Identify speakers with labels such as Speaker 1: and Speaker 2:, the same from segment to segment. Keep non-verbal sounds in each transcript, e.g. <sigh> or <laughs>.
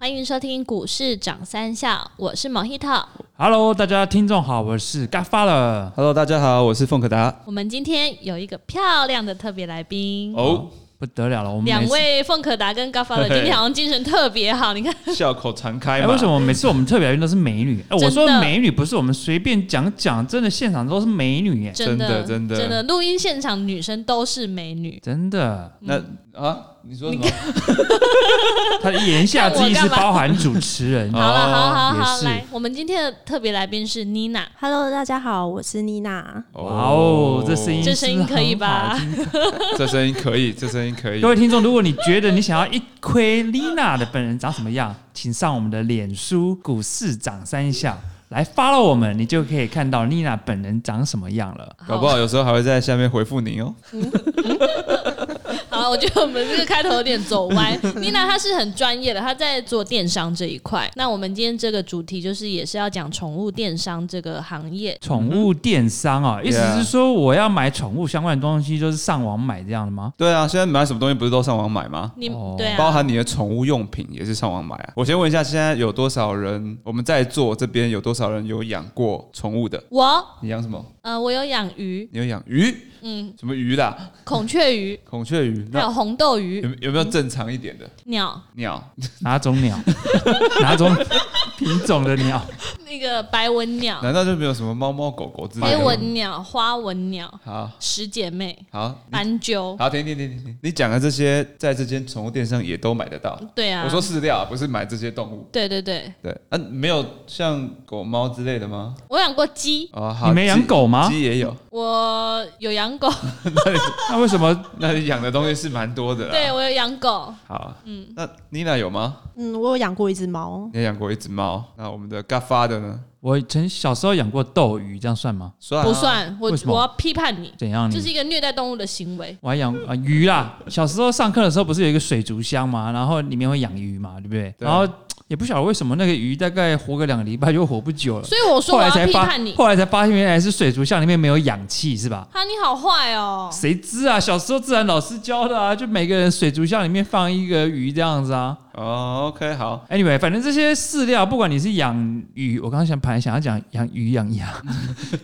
Speaker 1: 欢迎收听股市涨三下，我是 Mojito。
Speaker 2: Hello，大家听众好，我是 Godfather。
Speaker 3: Hello，大家好，我是凤可达。
Speaker 1: 我们今天有一个漂亮的特别来宾，
Speaker 3: 哦，
Speaker 2: 不得了了，我们
Speaker 1: 两
Speaker 2: 每次
Speaker 1: 位凤可达跟 Godfather 今天好像精神特别好，你看
Speaker 3: 笑口常开
Speaker 2: 哎、
Speaker 3: 嘛。
Speaker 2: 为什么每次我们特别来宾都是美女？哎、
Speaker 1: 真的
Speaker 2: 我说美女不是我们随便讲讲，真的现场都是美女耶，
Speaker 1: 真的
Speaker 3: 真的
Speaker 1: 真的，录音现场女生都是美女。
Speaker 2: 真的。
Speaker 3: 那啊，你说什么？。
Speaker 2: 她的言下之意是包含主持人
Speaker 3: 哦
Speaker 1: 好了，好好好，
Speaker 2: 也是
Speaker 1: 来，我们今天的特别来宾是妮娜，
Speaker 4: Hello，大家好，我是妮娜。
Speaker 2: <laughs> 哇哦，这声音
Speaker 1: 这声音
Speaker 2: 是不是
Speaker 1: 可以吧
Speaker 2: 很好听？
Speaker 3: 这声音可以，这声音可以
Speaker 2: 各。位听众，如果你觉得你想要一窥丽娜的本人长什么样，请上我们的脸书股市涨三下来 follow 我们，你就可以看到丽娜本人长什么样了。
Speaker 3: 搞不好有时候还会在下面回复你哦。
Speaker 1: 好，我觉得我们这个开头有点走歪。妮娜她是很专业的，她在做电商这一块。那我们今天这个主题就是也是要讲宠物电商这个行业。
Speaker 2: 宠物电商啊、意思
Speaker 3: Yeah
Speaker 2: 是说我要买宠物相关的东西，就是上网买这样的吗？
Speaker 3: 对啊，现在买什么东西不是都上网买吗？
Speaker 1: 你、
Speaker 2: 哦
Speaker 1: 对啊，
Speaker 3: 包含你的宠物用品也是上网买啊。我先问一下，现在有多少人？我们在座这边有多少人有养过宠物的？
Speaker 1: 我
Speaker 3: 你养什么？
Speaker 1: 呃，我有养鱼，
Speaker 3: 你有养鱼？
Speaker 1: 嗯，
Speaker 3: 什么鱼啦？
Speaker 1: 孔雀鱼，
Speaker 3: 孔雀鱼？
Speaker 1: 还
Speaker 3: 那嗯
Speaker 1: 有红豆
Speaker 3: 有
Speaker 1: 鱼、
Speaker 3: 有没有正常一点的
Speaker 1: 鸟、
Speaker 3: 鸟？
Speaker 2: 哪种鸟？哪种品种的鸟？ <laughs>
Speaker 1: 那个白纹鸟、
Speaker 3: 难道就没有什么猫猫狗狗之类
Speaker 1: 黑
Speaker 3: 的吗？
Speaker 1: 纹鸟、花纹鸟、
Speaker 3: 好
Speaker 1: 十姐妹、
Speaker 3: 好，
Speaker 1: 斑鸠，
Speaker 3: 好，停停停停停，你讲的这些在这间宠物店上也都买得到。
Speaker 1: 对啊，
Speaker 3: 我说饲料啊，不是买这些动物。
Speaker 1: 对对对，
Speaker 3: 对，啊，没有像狗猫之类的吗？
Speaker 1: 我养过鸡，
Speaker 3: 哦，好
Speaker 2: 你没养
Speaker 3: 鸡
Speaker 2: 狗吗？
Speaker 3: 鸡也有， <laughs>
Speaker 1: 我有养狗，
Speaker 2: 那为什么
Speaker 3: 那你养的东西是蛮多的啦。
Speaker 1: 对，我有养狗，
Speaker 3: 好，嗯，那妮娜有吗？
Speaker 4: 嗯，我有养过一只猫，
Speaker 3: 你也养过一只猫，那我们的 Godfather 呢？
Speaker 2: 我曾小时候养过斗鱼，这样算吗？
Speaker 3: 算啊
Speaker 1: 不？算，我
Speaker 2: 为什么嗯
Speaker 1: 我要批判你，
Speaker 2: 怎样你？
Speaker 1: 这是一个虐待动物的行为。
Speaker 2: 我还养啊鱼啦，小时候上课的时候不是有一个水族箱嘛，然后里面会养鱼嘛，对不对？
Speaker 3: 对
Speaker 2: 然后也不晓得为什么那个鱼大概活个两个礼拜就活不久了，
Speaker 1: 所以我说
Speaker 2: 后
Speaker 1: 我
Speaker 2: 来
Speaker 1: 要
Speaker 2: 才
Speaker 1: 批
Speaker 2: 发
Speaker 1: 判你，，
Speaker 2: 后来才发现原来是水族箱里面没有氧气，是吧？
Speaker 1: 哈，你好坏哦。
Speaker 2: 谁知啊？小时候自然老师教的啊，就每个人水族箱里面放一个鱼这样子啊。
Speaker 3: 哦，OK，好，
Speaker 2: Anyway，反正这些饲料，不管你是养鱼，我刚刚想本来想要讲养鱼、养鸭、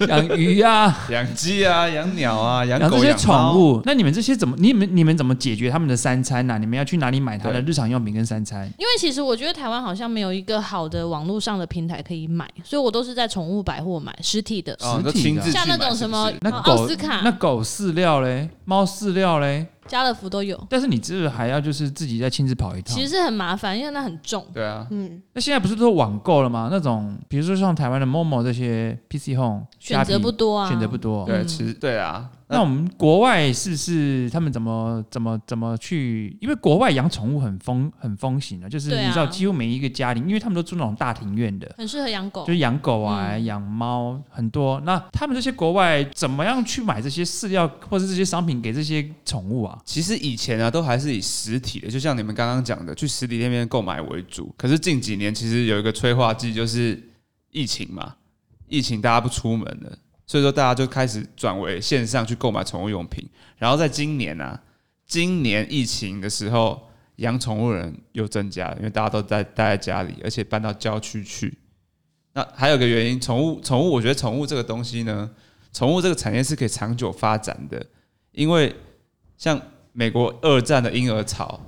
Speaker 1: <laughs>
Speaker 2: 养鱼啊，
Speaker 3: 养鸡啊，养鸟啊，养
Speaker 2: 养这
Speaker 3: 狗，
Speaker 2: 些
Speaker 3: 养
Speaker 2: 宠
Speaker 3: 猫。
Speaker 2: 物，那你们这些怎么？你们你们怎么解决他们的三餐呐、你们要去哪里买他的
Speaker 3: 对
Speaker 2: 日常用品跟三餐？
Speaker 1: 因为其实我觉得台湾好像没有一个好的网络上的平台可以买，所以我都是在宠物百货买实体的，
Speaker 3: 哦，
Speaker 2: 实
Speaker 3: 都
Speaker 2: 体
Speaker 3: 亲
Speaker 2: 的
Speaker 3: 自去
Speaker 1: 像那种
Speaker 3: 买
Speaker 1: 什么
Speaker 3: 是不
Speaker 2: 那
Speaker 3: 是
Speaker 1: 哦奥
Speaker 2: 狗
Speaker 1: 斯卡
Speaker 2: 那狗饲料嘞，猫饲料嘞，
Speaker 1: 家乐福都有。
Speaker 2: 但是你这还要就是自己再亲自跑一趟
Speaker 3: 嗯
Speaker 1: 其。实很麻烦，因为那很重。
Speaker 3: 对啊，
Speaker 4: 嗯，
Speaker 2: 那现在不是都网购了吗？那种比如说像台湾的 Momo 这些 PC Home
Speaker 1: 选择
Speaker 2: 虾皮
Speaker 1: 不多啊
Speaker 2: 选择不多。
Speaker 3: 对，其实对啊，
Speaker 2: 那我们国外是不是他们怎么怎么怎么去？因为国外养宠物很风很风行的，就是
Speaker 1: 对啊
Speaker 2: 你知道几乎每一个家庭，因为他们都住那种大庭院的，
Speaker 1: 很适合养狗
Speaker 2: 就。是养狗啊、
Speaker 1: 嗯
Speaker 2: 养猫很多。那他们这些国外怎么样去买这些饲料或是这些商品给这些宠物啊？
Speaker 3: 其实以前啊，都还是以实体的，就像你们刚刚讲的，去实体店面购买为主。可是近几年其实有一个催化剂，就是疫情嘛，疫情大家不出门了，所以说大家就开始转为线上去购买宠物用品。然后在今年啊，今年疫情的时候，养宠物人又增加了，因为大家都在待在家里，而且搬到郊区去。那还有一个原因，宠物宠物，我觉得宠物这个东西呢，宠物这个产业是可以长久发展的，因为像美国二战的婴儿潮，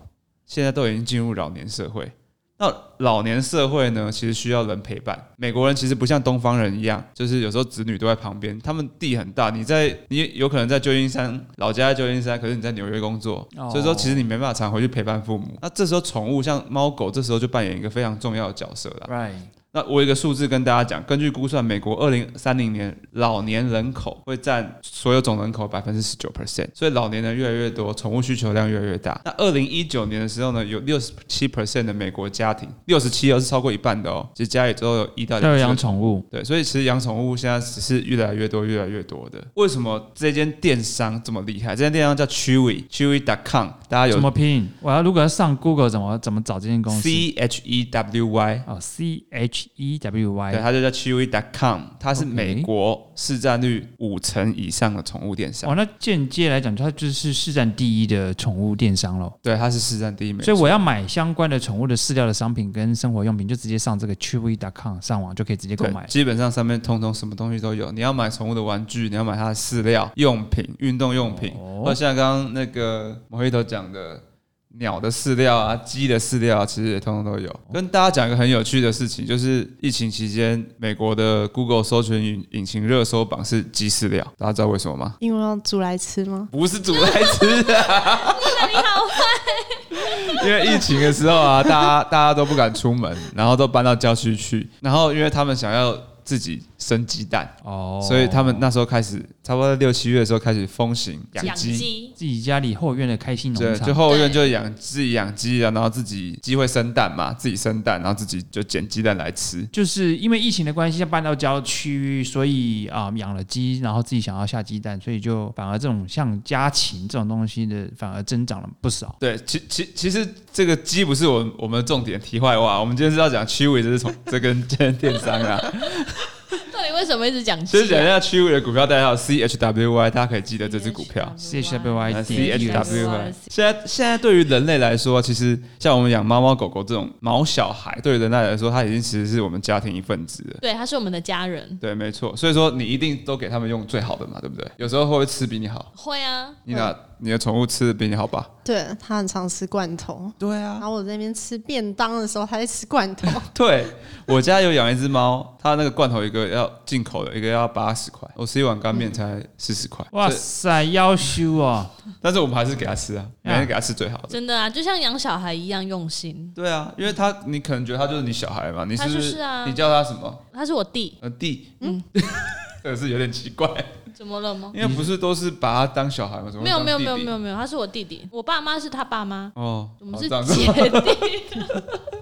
Speaker 3: 现在都已经进入老年社会。那老年社会呢，其实需要人陪伴。美国人其实不像东方人一样，就是有时候子女都在旁边，他们地很大，你在你有可能在旧金山老家在旧金山，可是你在纽约工作，
Speaker 2: 哦
Speaker 3: 所以说其实你没办法常回去陪伴父母。那这时候宠物像猫狗，这时候就扮演一个非常重要的角色了。
Speaker 2: Right，
Speaker 3: 那我有一个数字跟大家讲，根据估算，美国二零三零年老年人口会占所有总人口百分之十九 percent，所以老年人越来越多，宠物需求量越来越大。那二零一九年的时候呢，有六十七 percent 的美国家庭，六十七又是超过一半的哦，其实家里都有一到
Speaker 2: 要
Speaker 3: 两
Speaker 2: 有
Speaker 3: 只
Speaker 2: 养宠物，
Speaker 3: 对，所以其实养宠物现在只是越来越多、越来越多的。为什么这间电商这么厉害？这间电商叫 Chewy，Chewy.com，大家有
Speaker 2: 怎么拼？我要如果要上 Google 怎么怎么找这间公司？
Speaker 3: C H E W Y，
Speaker 2: 哦，C H H E W
Speaker 3: 对，
Speaker 2: Y。
Speaker 3: 它就叫 Chewy.com，它是
Speaker 2: OK
Speaker 3: 美国市占率五成以上的宠物电商
Speaker 2: 哦，，那间接来讲，它就是市占第一的宠物电商喽。
Speaker 3: 对，它是市占第一名。
Speaker 2: 所以我要买相关的宠物的饲料的商品跟生活用品，就直接上这个 chewy.com 上网就可以直接购
Speaker 3: 对
Speaker 2: 买了。
Speaker 3: 基本上上面通通什么东西都有。你要买宠物的玩具，你要买它的饲料、用品、运动用品，
Speaker 2: 哦
Speaker 3: 或者像刚刚那个某黑头讲的鸟的饲料啊、鸡的饲料啊，其实也通通都
Speaker 2: 哦
Speaker 3: 有。跟大家讲一个很有趣的事情，就是疫情期间，美国的 Google 搜寻引引擎热搜榜是鸡饲料，大家知道为什么吗？
Speaker 4: 因为要煮来吃吗？
Speaker 3: 不是煮来吃的，
Speaker 1: 那你好，
Speaker 3: 因为疫情的时候啊，大家大家都不敢出门，然后都搬到郊区去，然后因为他们想要自己生鸡蛋，
Speaker 2: 哦，
Speaker 3: 所以他们那时候开始，差不多六七月的时候开始风行养
Speaker 1: 养
Speaker 3: 鸡，
Speaker 1: 鸡，
Speaker 2: 自己家里后院的开心农
Speaker 3: 对，
Speaker 2: 场，
Speaker 3: 就后院就养自己养鸡啊，然后自己鸡会生蛋嘛，自己生蛋，然后自己就捡鸡蛋来吃。
Speaker 2: 就是因为疫情的关系，要搬到郊区，所以啊、养了鸡，然后自己想要下鸡蛋，所以就反而这种像家禽这种东西的反而增长了不少。
Speaker 3: 对，其其其实这个鸡不是我们我们的重点。题外话，我们今天是要讲区位，这是从这跟这跟电商啊，
Speaker 1: 到底为什么一直讲鸡、
Speaker 3: 先讲一
Speaker 1: 啊？
Speaker 3: 下区位的股票代号
Speaker 2: 啊
Speaker 3: CHWY，大家可以记得这只股票。
Speaker 2: C H W I
Speaker 3: 呃
Speaker 2: D
Speaker 1: CHWY
Speaker 3: CHWY，现在现在对于人类来说，其实像我们养猫猫狗狗这种毛小孩，对于人类来说，它已经其实是我们家庭一份子了。
Speaker 1: 对，他是我们的家人，
Speaker 3: 对，没错。所以说你一定都给他们用最好的嘛，对不对？有时候会不会吃比你好？
Speaker 1: 会啊，
Speaker 3: 你那你的宠物吃的比你好吧？
Speaker 4: 对他很常吃罐头，
Speaker 3: 对
Speaker 4: 然
Speaker 3: 啊，
Speaker 4: 后我在那边吃便当的时候，他在吃罐头。 <laughs>
Speaker 3: 对我家有养一只猫，它那个罐头一个要进口的，一个要八十块，我吃一碗干面才四十块。哇
Speaker 2: 哇！塞，要修哦，
Speaker 3: 但是我们还是给它吃啊，每天给它吃最好的。
Speaker 1: 真的啊，就像养小孩一样用心。
Speaker 3: 对啊，因为它你可能觉得它就是你小孩嘛，你是不
Speaker 1: 它就是啊
Speaker 3: 你叫它什么？
Speaker 1: 他是我弟，
Speaker 3: 呃，弟，嗯， <laughs> 这个是有点奇怪，
Speaker 1: 怎么了吗？
Speaker 3: 因为不是都是把它当小孩吗？怎么会
Speaker 1: 没有
Speaker 3: 当
Speaker 1: 没有
Speaker 3: 弟
Speaker 1: 没有
Speaker 3: 弟
Speaker 1: 没有没有，他是我弟弟，我爸妈是他爸妈，
Speaker 3: 哦，
Speaker 1: 我们
Speaker 3: 好
Speaker 1: 是
Speaker 3: 脏
Speaker 1: 姐弟。
Speaker 3: <laughs>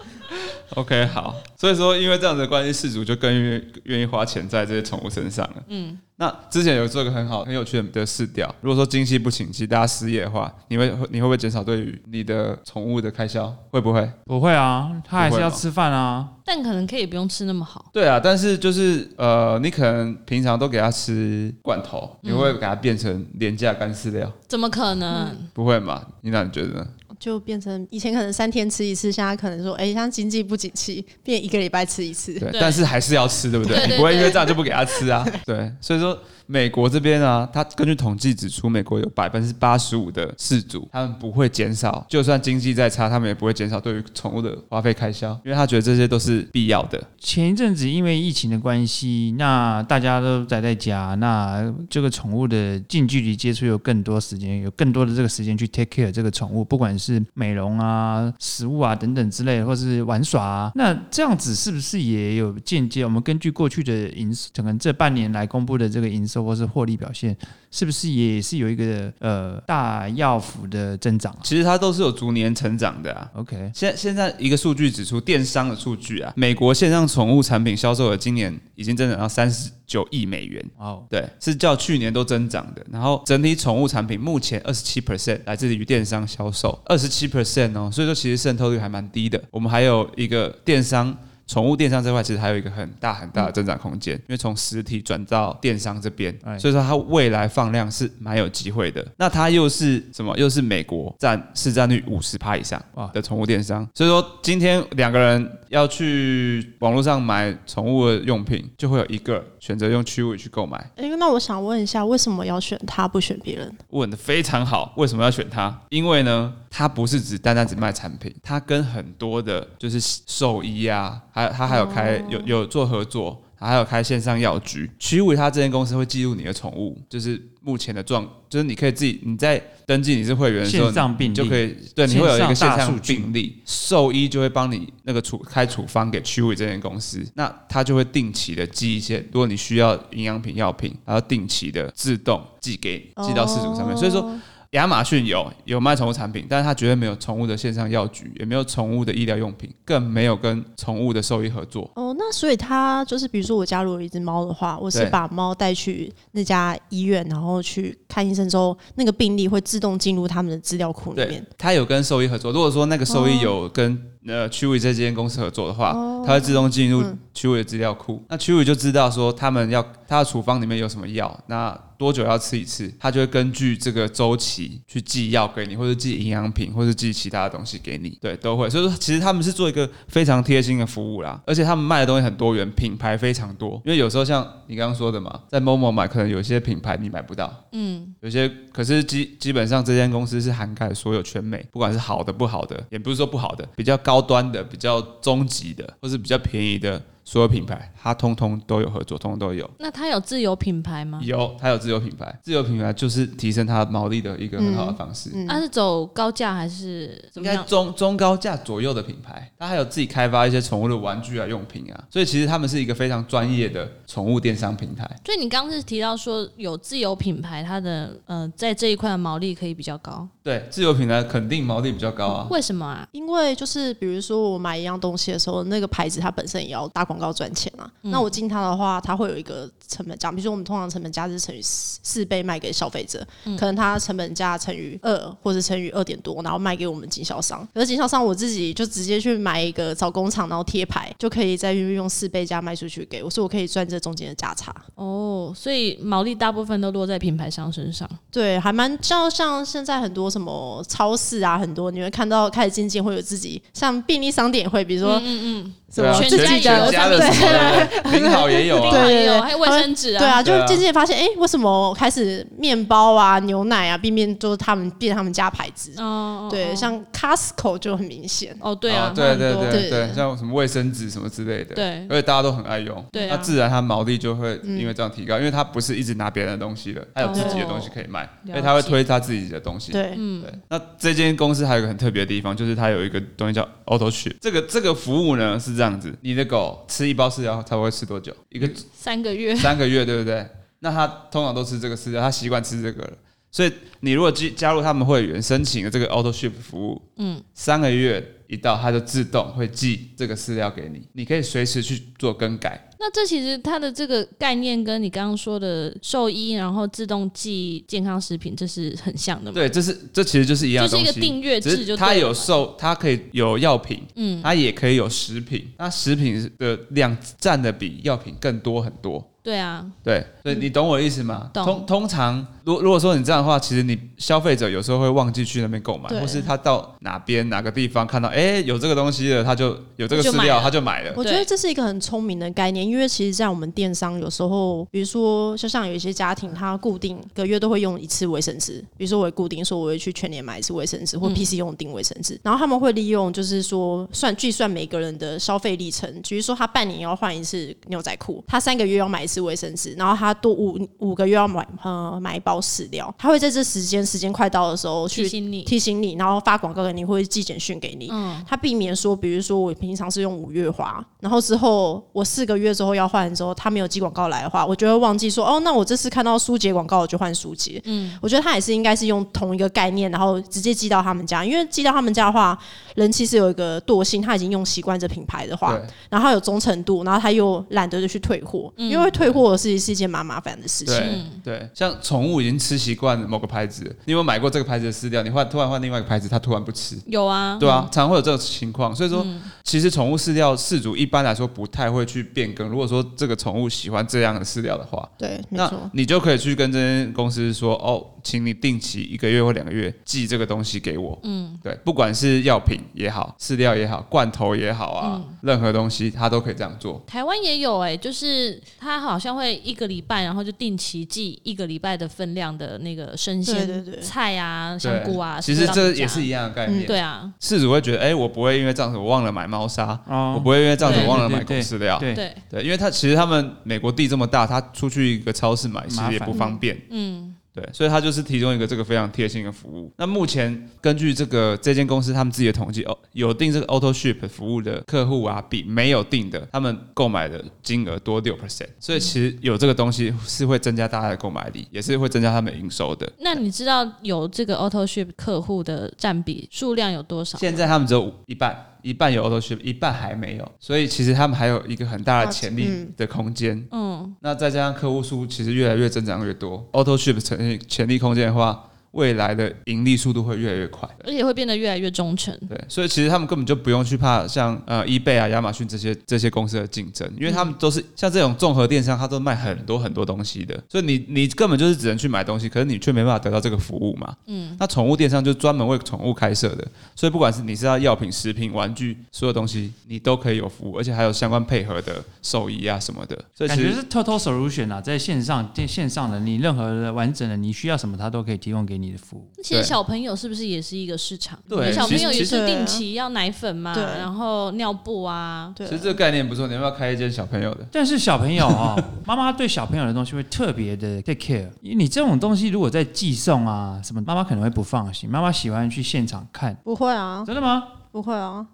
Speaker 3: OK，好，所以说因为这样子的关系，事主就更愿愿意花钱在这些宠物身上了。嗯，那之前有做一个很好很有趣的试调，如果说经济不景气，大家失业的话，你会你会不会减少对于你的宠物的开销？会不会？
Speaker 2: 不会啊，他还
Speaker 3: 不
Speaker 2: 是
Speaker 3: 会
Speaker 2: 要
Speaker 3: 吗
Speaker 2: 吃饭啊。
Speaker 1: 但可能可以不用吃那么好，
Speaker 3: 对啊，但是就是呃，你可能平常都给它吃罐头，你会不会给它变成廉价干饲料？
Speaker 1: 怎么可能？
Speaker 3: 不会嘛？你那你觉得呢？
Speaker 4: 就变成以前可能三天吃一次，现在可能说，哎、像经济不景气，变一个礼拜吃一次。
Speaker 3: 对，
Speaker 1: 对
Speaker 3: 但是还是要吃，对不对？
Speaker 1: 对对
Speaker 3: 你不会因为这样就不给他吃啊。对，所以说美国这边啊，它根据统计指出，美国有百分之八十五的饲主，他们不会减少，就算经济再差，他们也不会减少对于宠物的花费开销，因为他觉得这些都是必要的。
Speaker 2: 前一阵子因为疫情的关系，那大家都宅在家，那这个宠物的近距离接触有更多时间，有更多的这个时间去 take care 这个宠物，不管是美容啊、食物啊等等之类，或是玩耍啊。那这样子是不是也有间接？我们根据过去的营，可能这半年来公布的这个营收或是获利表现，是不是也是有一个呃大要幅的增长啊
Speaker 3: 其实它都是有逐年成长的啊。
Speaker 2: ？OK，
Speaker 3: 现现在一个数据指出，电商的数据啊，美国线上宠物产品销售额今年已经增长到三十九亿美元，
Speaker 2: 哦，
Speaker 3: 对，是较去年都增长的。然后整体宠物产品目前二十七 percent 来自于电商销售，二十七 percent 哦，所以说其实渗透率还蛮低的。我们还有一个电商。宠物电商这块其实还有一个很大很大的增长空间，因为从实体转到电商这边
Speaker 2: 嗯哎，
Speaker 3: 所以说它未来放量是蛮有机会的。那它又是什么？又是美国占市占率五十趴以上
Speaker 2: 哇
Speaker 3: 的宠物电商，所以说今天两个人要去网络上买宠物的用品，就会有一个选择用区位去购买，
Speaker 4: 哎、那我想问一下，为什么要选他不选别人？
Speaker 3: 问的非常好，为什么要选它？因为呢，它不是只单单只卖产品，它跟很多的就是兽医啊，还有它还有开、有有做合作，还有开线上药局。区位它这间公司会记录你的宠物，就是目前的状，就是你可以自己你在登记你是会员的时候，
Speaker 2: 线上病
Speaker 3: 你
Speaker 2: 例
Speaker 3: 就可以对，你会有一个
Speaker 2: 嗯线上
Speaker 3: 线
Speaker 2: 大
Speaker 3: 上
Speaker 2: 数据
Speaker 3: 病例，兽医就会帮你那个处开处方给区位这间公司，那他就会定期的寄一些，如果你需要营养品、药品，还要定期的自动寄给寄到市主上面。所以说，
Speaker 4: 哦，
Speaker 3: 亚马逊有有卖宠物产品，但是它绝对没有宠物的线上药局，也没有宠物的医疗用品，更没有跟宠物的兽医合作。
Speaker 4: 哦，那所以他就是，比如说我家如果有一只猫的话，我是
Speaker 3: 对
Speaker 4: 把猫带去那家医院，然后去看医生之后，那个病例会自动进入他们的资料库里
Speaker 3: 对
Speaker 4: 面。，
Speaker 3: 它有跟兽医合作。如果说那个兽医有跟呃区域在这间公司合作的话，
Speaker 4: 哦
Speaker 3: 它会自动进入
Speaker 4: 嗯
Speaker 3: 区域的资料库。那区域就知道说他们要他的处方里面有什么药，那多久要吃一次，他就会根据这个周期去寄药给你，或者寄营养品，或者寄其他的东西给你，对，都会。所以说，其实他们是做一个非常贴心的服务啦，而且他们卖的东西很多元，品牌非常多。因为有时候像你刚刚说的嘛，在某某买，可能有些品牌你买不到，
Speaker 1: 嗯，
Speaker 3: 有些可是基基本上这间公司是涵盖所有全美，不管是好的不好的，也不是说不好的，比较高端的、比较中级的，或是比较便宜的所有品牌，它通通都有合作，通通都有。
Speaker 1: 那它有自有品牌吗？
Speaker 3: 有，它有自有品牌，自有品牌就是提升它的毛利的一个很好的方式。
Speaker 4: 嗯
Speaker 1: 它、是走高价还是怎么
Speaker 3: 应该
Speaker 1: 样？
Speaker 3: 中中高价左右的品牌，它还有自己开发一些宠物的玩具啊、用品啊，所以其实他们是一个非常专业的宠物电商平台。
Speaker 1: 所以你刚刚是提到说有自有品牌，它的呃在这一块的毛利可以比较高，
Speaker 3: 对，自有品牌肯定毛利比较高啊。
Speaker 1: 为什么啊？
Speaker 4: 因为就是比如说我买一样东西的时候，那个牌子它本身也要打广告赚钱啊。那我进它的话，它会有一个成本价，比如说我们通常成本价是乘以四四倍卖给消费者，可能它成本价乘以二或者乘以二点多，然后卖给我们经销商。可是经销商我自己就直接去买一个找工厂，然后贴牌，就可以再运用四倍价卖出去给我，所以我可以赚这中间的价差。
Speaker 1: 哦，所以毛利大部分都落在品牌商身上。
Speaker 4: 对，还蛮像像现在很多什么超市啊，很多你会看到开始渐渐会有自己，像便利商店也会，比如说
Speaker 1: 嗯嗯，
Speaker 4: 什么
Speaker 1: 全
Speaker 4: 自
Speaker 1: 家
Speaker 4: 己
Speaker 1: 有
Speaker 4: 的
Speaker 3: 啊全家的什
Speaker 1: <laughs>
Speaker 3: 么的，挺好也有啊。
Speaker 1: 还
Speaker 4: 对
Speaker 1: 有
Speaker 4: 对
Speaker 1: 还有卫生纸
Speaker 4: 对
Speaker 1: 啊，
Speaker 4: 啊，就
Speaker 3: 对啊
Speaker 4: 渐渐发现，哎、为什么开始面包啊、牛奶啊、冰面都是他们变他们家牌子？
Speaker 1: 哦，
Speaker 4: 对，
Speaker 1: 哦
Speaker 4: 像 Costco 就很明显。
Speaker 1: 哦对啊
Speaker 3: 哦，对
Speaker 1: 它很
Speaker 3: 对
Speaker 1: 多
Speaker 3: 对
Speaker 4: 对
Speaker 3: 对，像什么卫生纸什么之类的，
Speaker 1: 对
Speaker 3: 而且大家都很爱用，
Speaker 1: 对啊嗯
Speaker 3: 那自然它毛利就会因为这样提高，因为它不是一直拿别人的东西了，它有自己的东西可以卖，
Speaker 1: 哦解
Speaker 3: 所以它会推它自己的东西。
Speaker 4: 对，
Speaker 1: 嗯
Speaker 3: 对，那这间公司还有一个很特别的地方，就是它有一个东西叫 Auto Ship，这个这个服务呢是这样子，你的狗吃一包饲料，它会吃多久？一个
Speaker 1: 三个 <laughs> 月，
Speaker 3: 三个月，对不对？那他通常都吃这个饲料，他习惯吃这个了。所以你如果加加入他们会员申请的这个 Auto Ship 服务，
Speaker 1: 嗯
Speaker 3: 嗯，三个月一到，它就自动会寄这个饲料给你，你可以随时去做更改。
Speaker 1: 那这其实它的这个概念跟你刚刚说的兽医，然后自动寄健康食品，这是很像的嘛？
Speaker 3: 对，这是这其实就是一样
Speaker 1: 就
Speaker 3: 的
Speaker 1: 是
Speaker 3: 东
Speaker 1: 一
Speaker 3: 西，
Speaker 1: 个订阅
Speaker 3: 只
Speaker 1: 制
Speaker 3: 是
Speaker 1: 就对了嘛，
Speaker 3: 它有售，它可以有药品，
Speaker 1: 嗯
Speaker 3: 嗯，它也可以有食品，那食品的量占的比药品更多很多。
Speaker 1: 对啊，
Speaker 3: 对，所以你懂我的意思吗？
Speaker 1: 懂
Speaker 3: 通通常，如如果说你这样的话，其实你消费者有时候会忘记去那边购买，
Speaker 4: 对
Speaker 3: 或是他到哪边哪个地方看到，哎、有这个东西了，他就有这个
Speaker 1: 就
Speaker 3: 饲
Speaker 1: 买
Speaker 3: 料，
Speaker 1: 了
Speaker 3: 他就买了。
Speaker 4: 我觉得这是一个很聪明的概念，因为其实，在我们电商有时候，比如说，就像有一些家庭，他固定一个月都会用一次卫生纸，比如说我会固定说我会去全年买一次卫生纸或 PC 用订卫生纸，然后他们会利用就是说算计算每个人的消费历程，比如说他半年要换一次牛仔裤，他三个月要买一次卫生纸，然后他多五五个月要买呃买一包饲料，他会在这时间时间快到的时候去
Speaker 1: 提醒你
Speaker 4: 提醒你，然后发广告给你，或者寄简讯给你。他避免说，比如说我平常是用五月花，然后之后我四个月之后要换之后，他没有寄广告来的话，我就会忘记说，哦，那我这次看到舒洁广告，我就换舒洁。嗯，我觉得他也是应该是用同一个概念，然后直接寄到他们家，因为寄到他们家的话，人其实有一个惰性，他已经用习惯这品牌的话，然后他有忠诚度，然后他又懒得就去退货，因为退货是是一件蛮麻烦的事
Speaker 3: 对
Speaker 4: 情。
Speaker 3: 对对，像宠物已经吃习惯某个牌子，你有没有买过这个牌子的饲料？你换突然换另外一个牌子，它突然不吃。
Speaker 1: 有啊，
Speaker 3: 对啊，常会有这种情况，所以说、其实宠物饲料饲主一般来说不太会去变更。如果说这个宠物喜欢这样的饲料的话，
Speaker 4: 对，没
Speaker 3: 那
Speaker 4: 错。
Speaker 3: 你就可以去跟这间公司说，哦，请你定期一个月或两个月寄这个东西给我。嗯，对，不管是药品也好，饲料也好，罐头也好啊，
Speaker 1: 嗯
Speaker 3: 任何东西它都可以这样做。
Speaker 1: 台湾也有哎、就是它好像会一个礼拜，然后就定期寄一个礼拜的分量的那个生
Speaker 4: 对
Speaker 1: 鲜
Speaker 4: 对对
Speaker 1: 菜啊、香
Speaker 3: 对
Speaker 1: 菇啊。
Speaker 3: 其实这也
Speaker 1: 送
Speaker 3: 是
Speaker 1: 到你
Speaker 3: 一样的概念。
Speaker 1: 家对啊，
Speaker 3: 事主会觉得，哎、我不会因为这样子我忘了买猫砂，
Speaker 2: 哦
Speaker 3: 我不会因为这样子
Speaker 1: 对
Speaker 3: 我忘了买
Speaker 2: 对对
Speaker 3: 狗饲料。
Speaker 2: 对，
Speaker 1: 对，
Speaker 3: 对，因为他其实他们美国地这么大，他出去一个超市买其
Speaker 2: 麻
Speaker 3: 实也
Speaker 2: 烦
Speaker 3: 不方便。
Speaker 1: 嗯，
Speaker 3: 对，所以它就是提供一个这个非常贴心的服务。那目前根据这个这间公司他们自己的统计，哦，有订这个 Auto Ship 服务的客户啊，比没有订的他们购买的金额多六 percent。所以其实有这个东西是会增加大家的购买力，也是会增加他们营收的。
Speaker 1: 那你知道有这个 Auto Ship 客户的占比数量有多少？
Speaker 3: 现在他们只有一半，一半有 Auto Ship，一半还没有，所以其实他们还有一个很大的潜力
Speaker 4: 嗯
Speaker 3: 的空间。
Speaker 1: 嗯，
Speaker 3: 那再加上客户数其实越来越增长越多，Auto Ship 潜力潜力空间的话，未来的盈利速度会越来越快。
Speaker 1: 而且会变得越来越忠诚。
Speaker 3: 对，所以其实他们根本就不用去怕像呃 eBay 啊、亚马逊这些这些公司的竞争，因为他们都是像这种综合电商，它都卖很多很多东西的，所以你你根本就是只能去买东西，可是你却没办法得到这个服务嘛。嗯，那宠物电商就专门为宠物开设的，所以不管是你是要药品、食品、玩具，所有东西你都可以有服务，而且还有相关配合的兽医啊什么的。所以其
Speaker 2: 感觉
Speaker 3: 实
Speaker 2: 是 total solution 啊，在线上电线上的你任何的完整的你需要什么，它都可以提供给你的服务。
Speaker 1: 其实
Speaker 3: 对
Speaker 1: 小朋友是不是也是一个市场？
Speaker 3: 对
Speaker 1: 你的小朋友
Speaker 3: 其
Speaker 1: 也
Speaker 3: 实
Speaker 4: 其
Speaker 1: 是
Speaker 4: 实
Speaker 1: 定期要奶粉嘛，
Speaker 4: 对
Speaker 1: 然后尿布啊，
Speaker 4: 对
Speaker 3: 其实这个概念不错，你要不要开一间小朋友的？
Speaker 2: 但是小朋友
Speaker 3: <laughs>
Speaker 2: 啊、哦，妈妈对小朋友的东西会特别的 take care。因为你这种东西如果在寄送啊什么，妈妈可能会不放心。妈妈喜欢去现场看，
Speaker 4: 不会啊，
Speaker 2: 真的吗？
Speaker 4: 不会啊，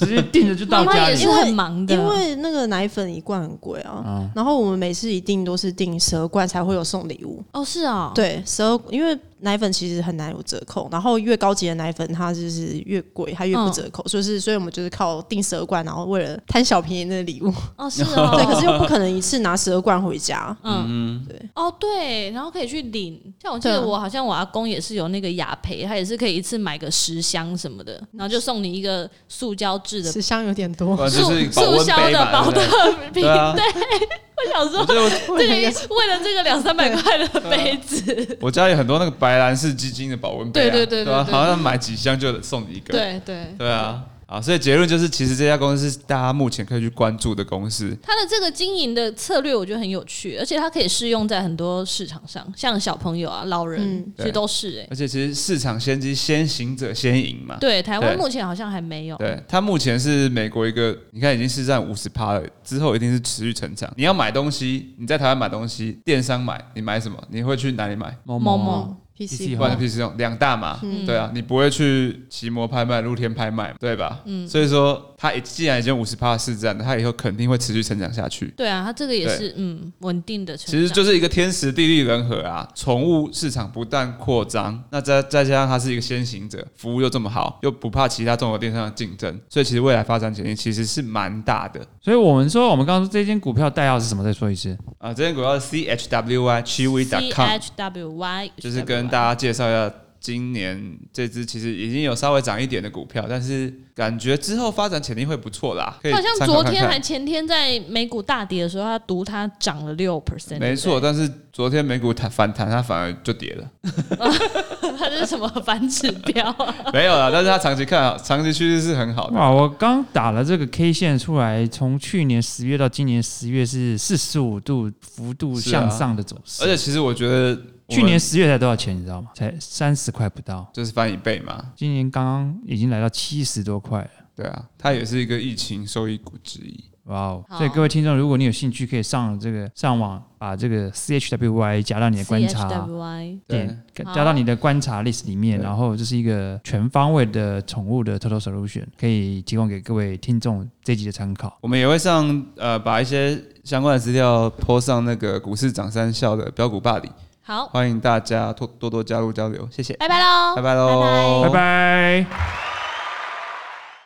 Speaker 2: 直接订着就
Speaker 1: 妈
Speaker 2: 到
Speaker 1: 妈
Speaker 2: 家
Speaker 1: 也
Speaker 2: 里
Speaker 1: 是。很忙的，
Speaker 4: 因为那个奶粉一罐很贵啊，
Speaker 2: 嗯
Speaker 4: 然后我们每次一定都是订十二罐才会有送礼物。
Speaker 1: 哦是啊、哦，
Speaker 4: 对，十二，因为奶粉其实很难有折扣，然后越高级的奶粉它就是越贵，它越不折扣，所以是，所以我们就是靠订十二罐，然后为了贪小便宜那个礼物，
Speaker 1: 哦是哦，
Speaker 4: 对，可是又不可能一次拿十二罐回家，
Speaker 1: 嗯，对，哦对，然后可以去领，像我记
Speaker 4: 对
Speaker 1: 得
Speaker 4: 啊
Speaker 1: 我好像我阿公也是有那个雅培，他也是可以一次买个十箱什么的，然后就送你一个塑胶制的
Speaker 4: 十箱有点多 <laughs>
Speaker 3: 不，然就
Speaker 1: 塑
Speaker 3: 是保
Speaker 1: 塑
Speaker 3: 温
Speaker 1: 胶
Speaker 3: 杯
Speaker 1: 的
Speaker 3: 嘛，
Speaker 1: 保
Speaker 3: 对不
Speaker 1: 特
Speaker 3: 对
Speaker 1: 瓶，
Speaker 3: 对啊
Speaker 1: <laughs> 对，我想
Speaker 3: 我
Speaker 1: 说。
Speaker 3: 觉得我啊
Speaker 1: 这个为了这个两三百块的杯子，
Speaker 3: 我家里很多那个白兰氏基金的保温杯、
Speaker 1: 对
Speaker 3: 啊，
Speaker 1: 对对
Speaker 3: 对啊
Speaker 1: 对对
Speaker 3: 好像买几箱就送你一个，
Speaker 1: 对对，
Speaker 3: 对啊，啊，所以结论就是，其实这家公司是大家目前可以去关注的公司，
Speaker 1: 他的这个经营的策略我觉得很有趣，而且它可以适用在很多市场上，像小朋友啊、老人
Speaker 4: 嗯
Speaker 1: 其实都是哎。
Speaker 3: 而且其实市场先机，先行者先赢嘛。
Speaker 1: 对，台湾
Speaker 3: 对
Speaker 1: 目前好像还没有。
Speaker 3: 对，它目前是美国一个，你看已经是占五十趴了，之后一定是持续成长。你要买东西，你在台湾买东西，电商买，你买什么？你会去哪里买？
Speaker 2: 某
Speaker 1: 某
Speaker 2: 某
Speaker 1: 某，
Speaker 4: ，PC
Speaker 3: 不然就 PC 用两大嘛，
Speaker 1: 嗯
Speaker 3: 对啊，你不会去骑摩拍卖、露天拍卖，对吧？
Speaker 1: 嗯
Speaker 3: 所以说它已既然已经五十趴市占了，它以后肯定会持续成长下去。
Speaker 1: 对啊，它这个也是嗯稳定的成
Speaker 3: 其实
Speaker 1: 长。
Speaker 3: 就是一个天时地利人和啊，宠物市场不但扩张，那再再加上它是一个先行者，服务又这么好，又不怕其他综合电商的竞争，所以其实未来发展潜力其实是蛮大的
Speaker 2: 所以我们说，我们刚刚说这间股票代号是什么？再说一次。
Speaker 3: 啊。这间股票是 CHWY
Speaker 1: C
Speaker 3: Chiwi.com，
Speaker 1: H W Y
Speaker 3: 就是跟大家介绍一下。今年这只其实已经有稍微涨一点的股票，但是感觉之后发展潜力会不错啦。可以
Speaker 1: 好像
Speaker 3: 参
Speaker 1: 昨
Speaker 3: 考看
Speaker 1: 天
Speaker 3: 看
Speaker 1: 还前天在美股大跌的时候，它读它涨了六 percent，
Speaker 3: 没错，，但是昨天美股弹反弹，它反而就跌了。
Speaker 1: 对不对它这是什么 <laughs> 反指标啊？
Speaker 3: 没有啦，但是它长期看好，长期趋势是很好的。
Speaker 2: 哇，我刚打了这个 K 线出来，从去年十月到今年十月是四十五度幅度
Speaker 3: 是啊
Speaker 2: 向上的走势，
Speaker 3: 而且其实我觉得我们
Speaker 2: 去年十月才多少钱，你知道吗？才三十块不到，
Speaker 3: 就是翻一倍嘛，
Speaker 2: 今年刚刚已经来到七十多块了。
Speaker 3: 对啊，它也是一个疫情受益股之一。
Speaker 2: 哇哦！
Speaker 1: 好
Speaker 2: 所以各位听众，如果你有兴趣，可以上这个上网把这个 CHWY 加到你的观
Speaker 1: C H
Speaker 2: 察啊
Speaker 1: W Y
Speaker 2: 点，
Speaker 1: 对好
Speaker 2: 加到你的观察 list 里面，
Speaker 3: 对
Speaker 2: 然后这是一个全方位的宠物的 total solution，可以提供给各位听众这一集的参考。
Speaker 3: 我们也会上呃，把一些相关的资料泼上那个股市涨三校的标股霸里，
Speaker 1: 好，
Speaker 3: 欢迎大家多多多加入交流，谢谢，
Speaker 1: 拜拜喽，
Speaker 3: 拜拜喽，
Speaker 2: 拜拜。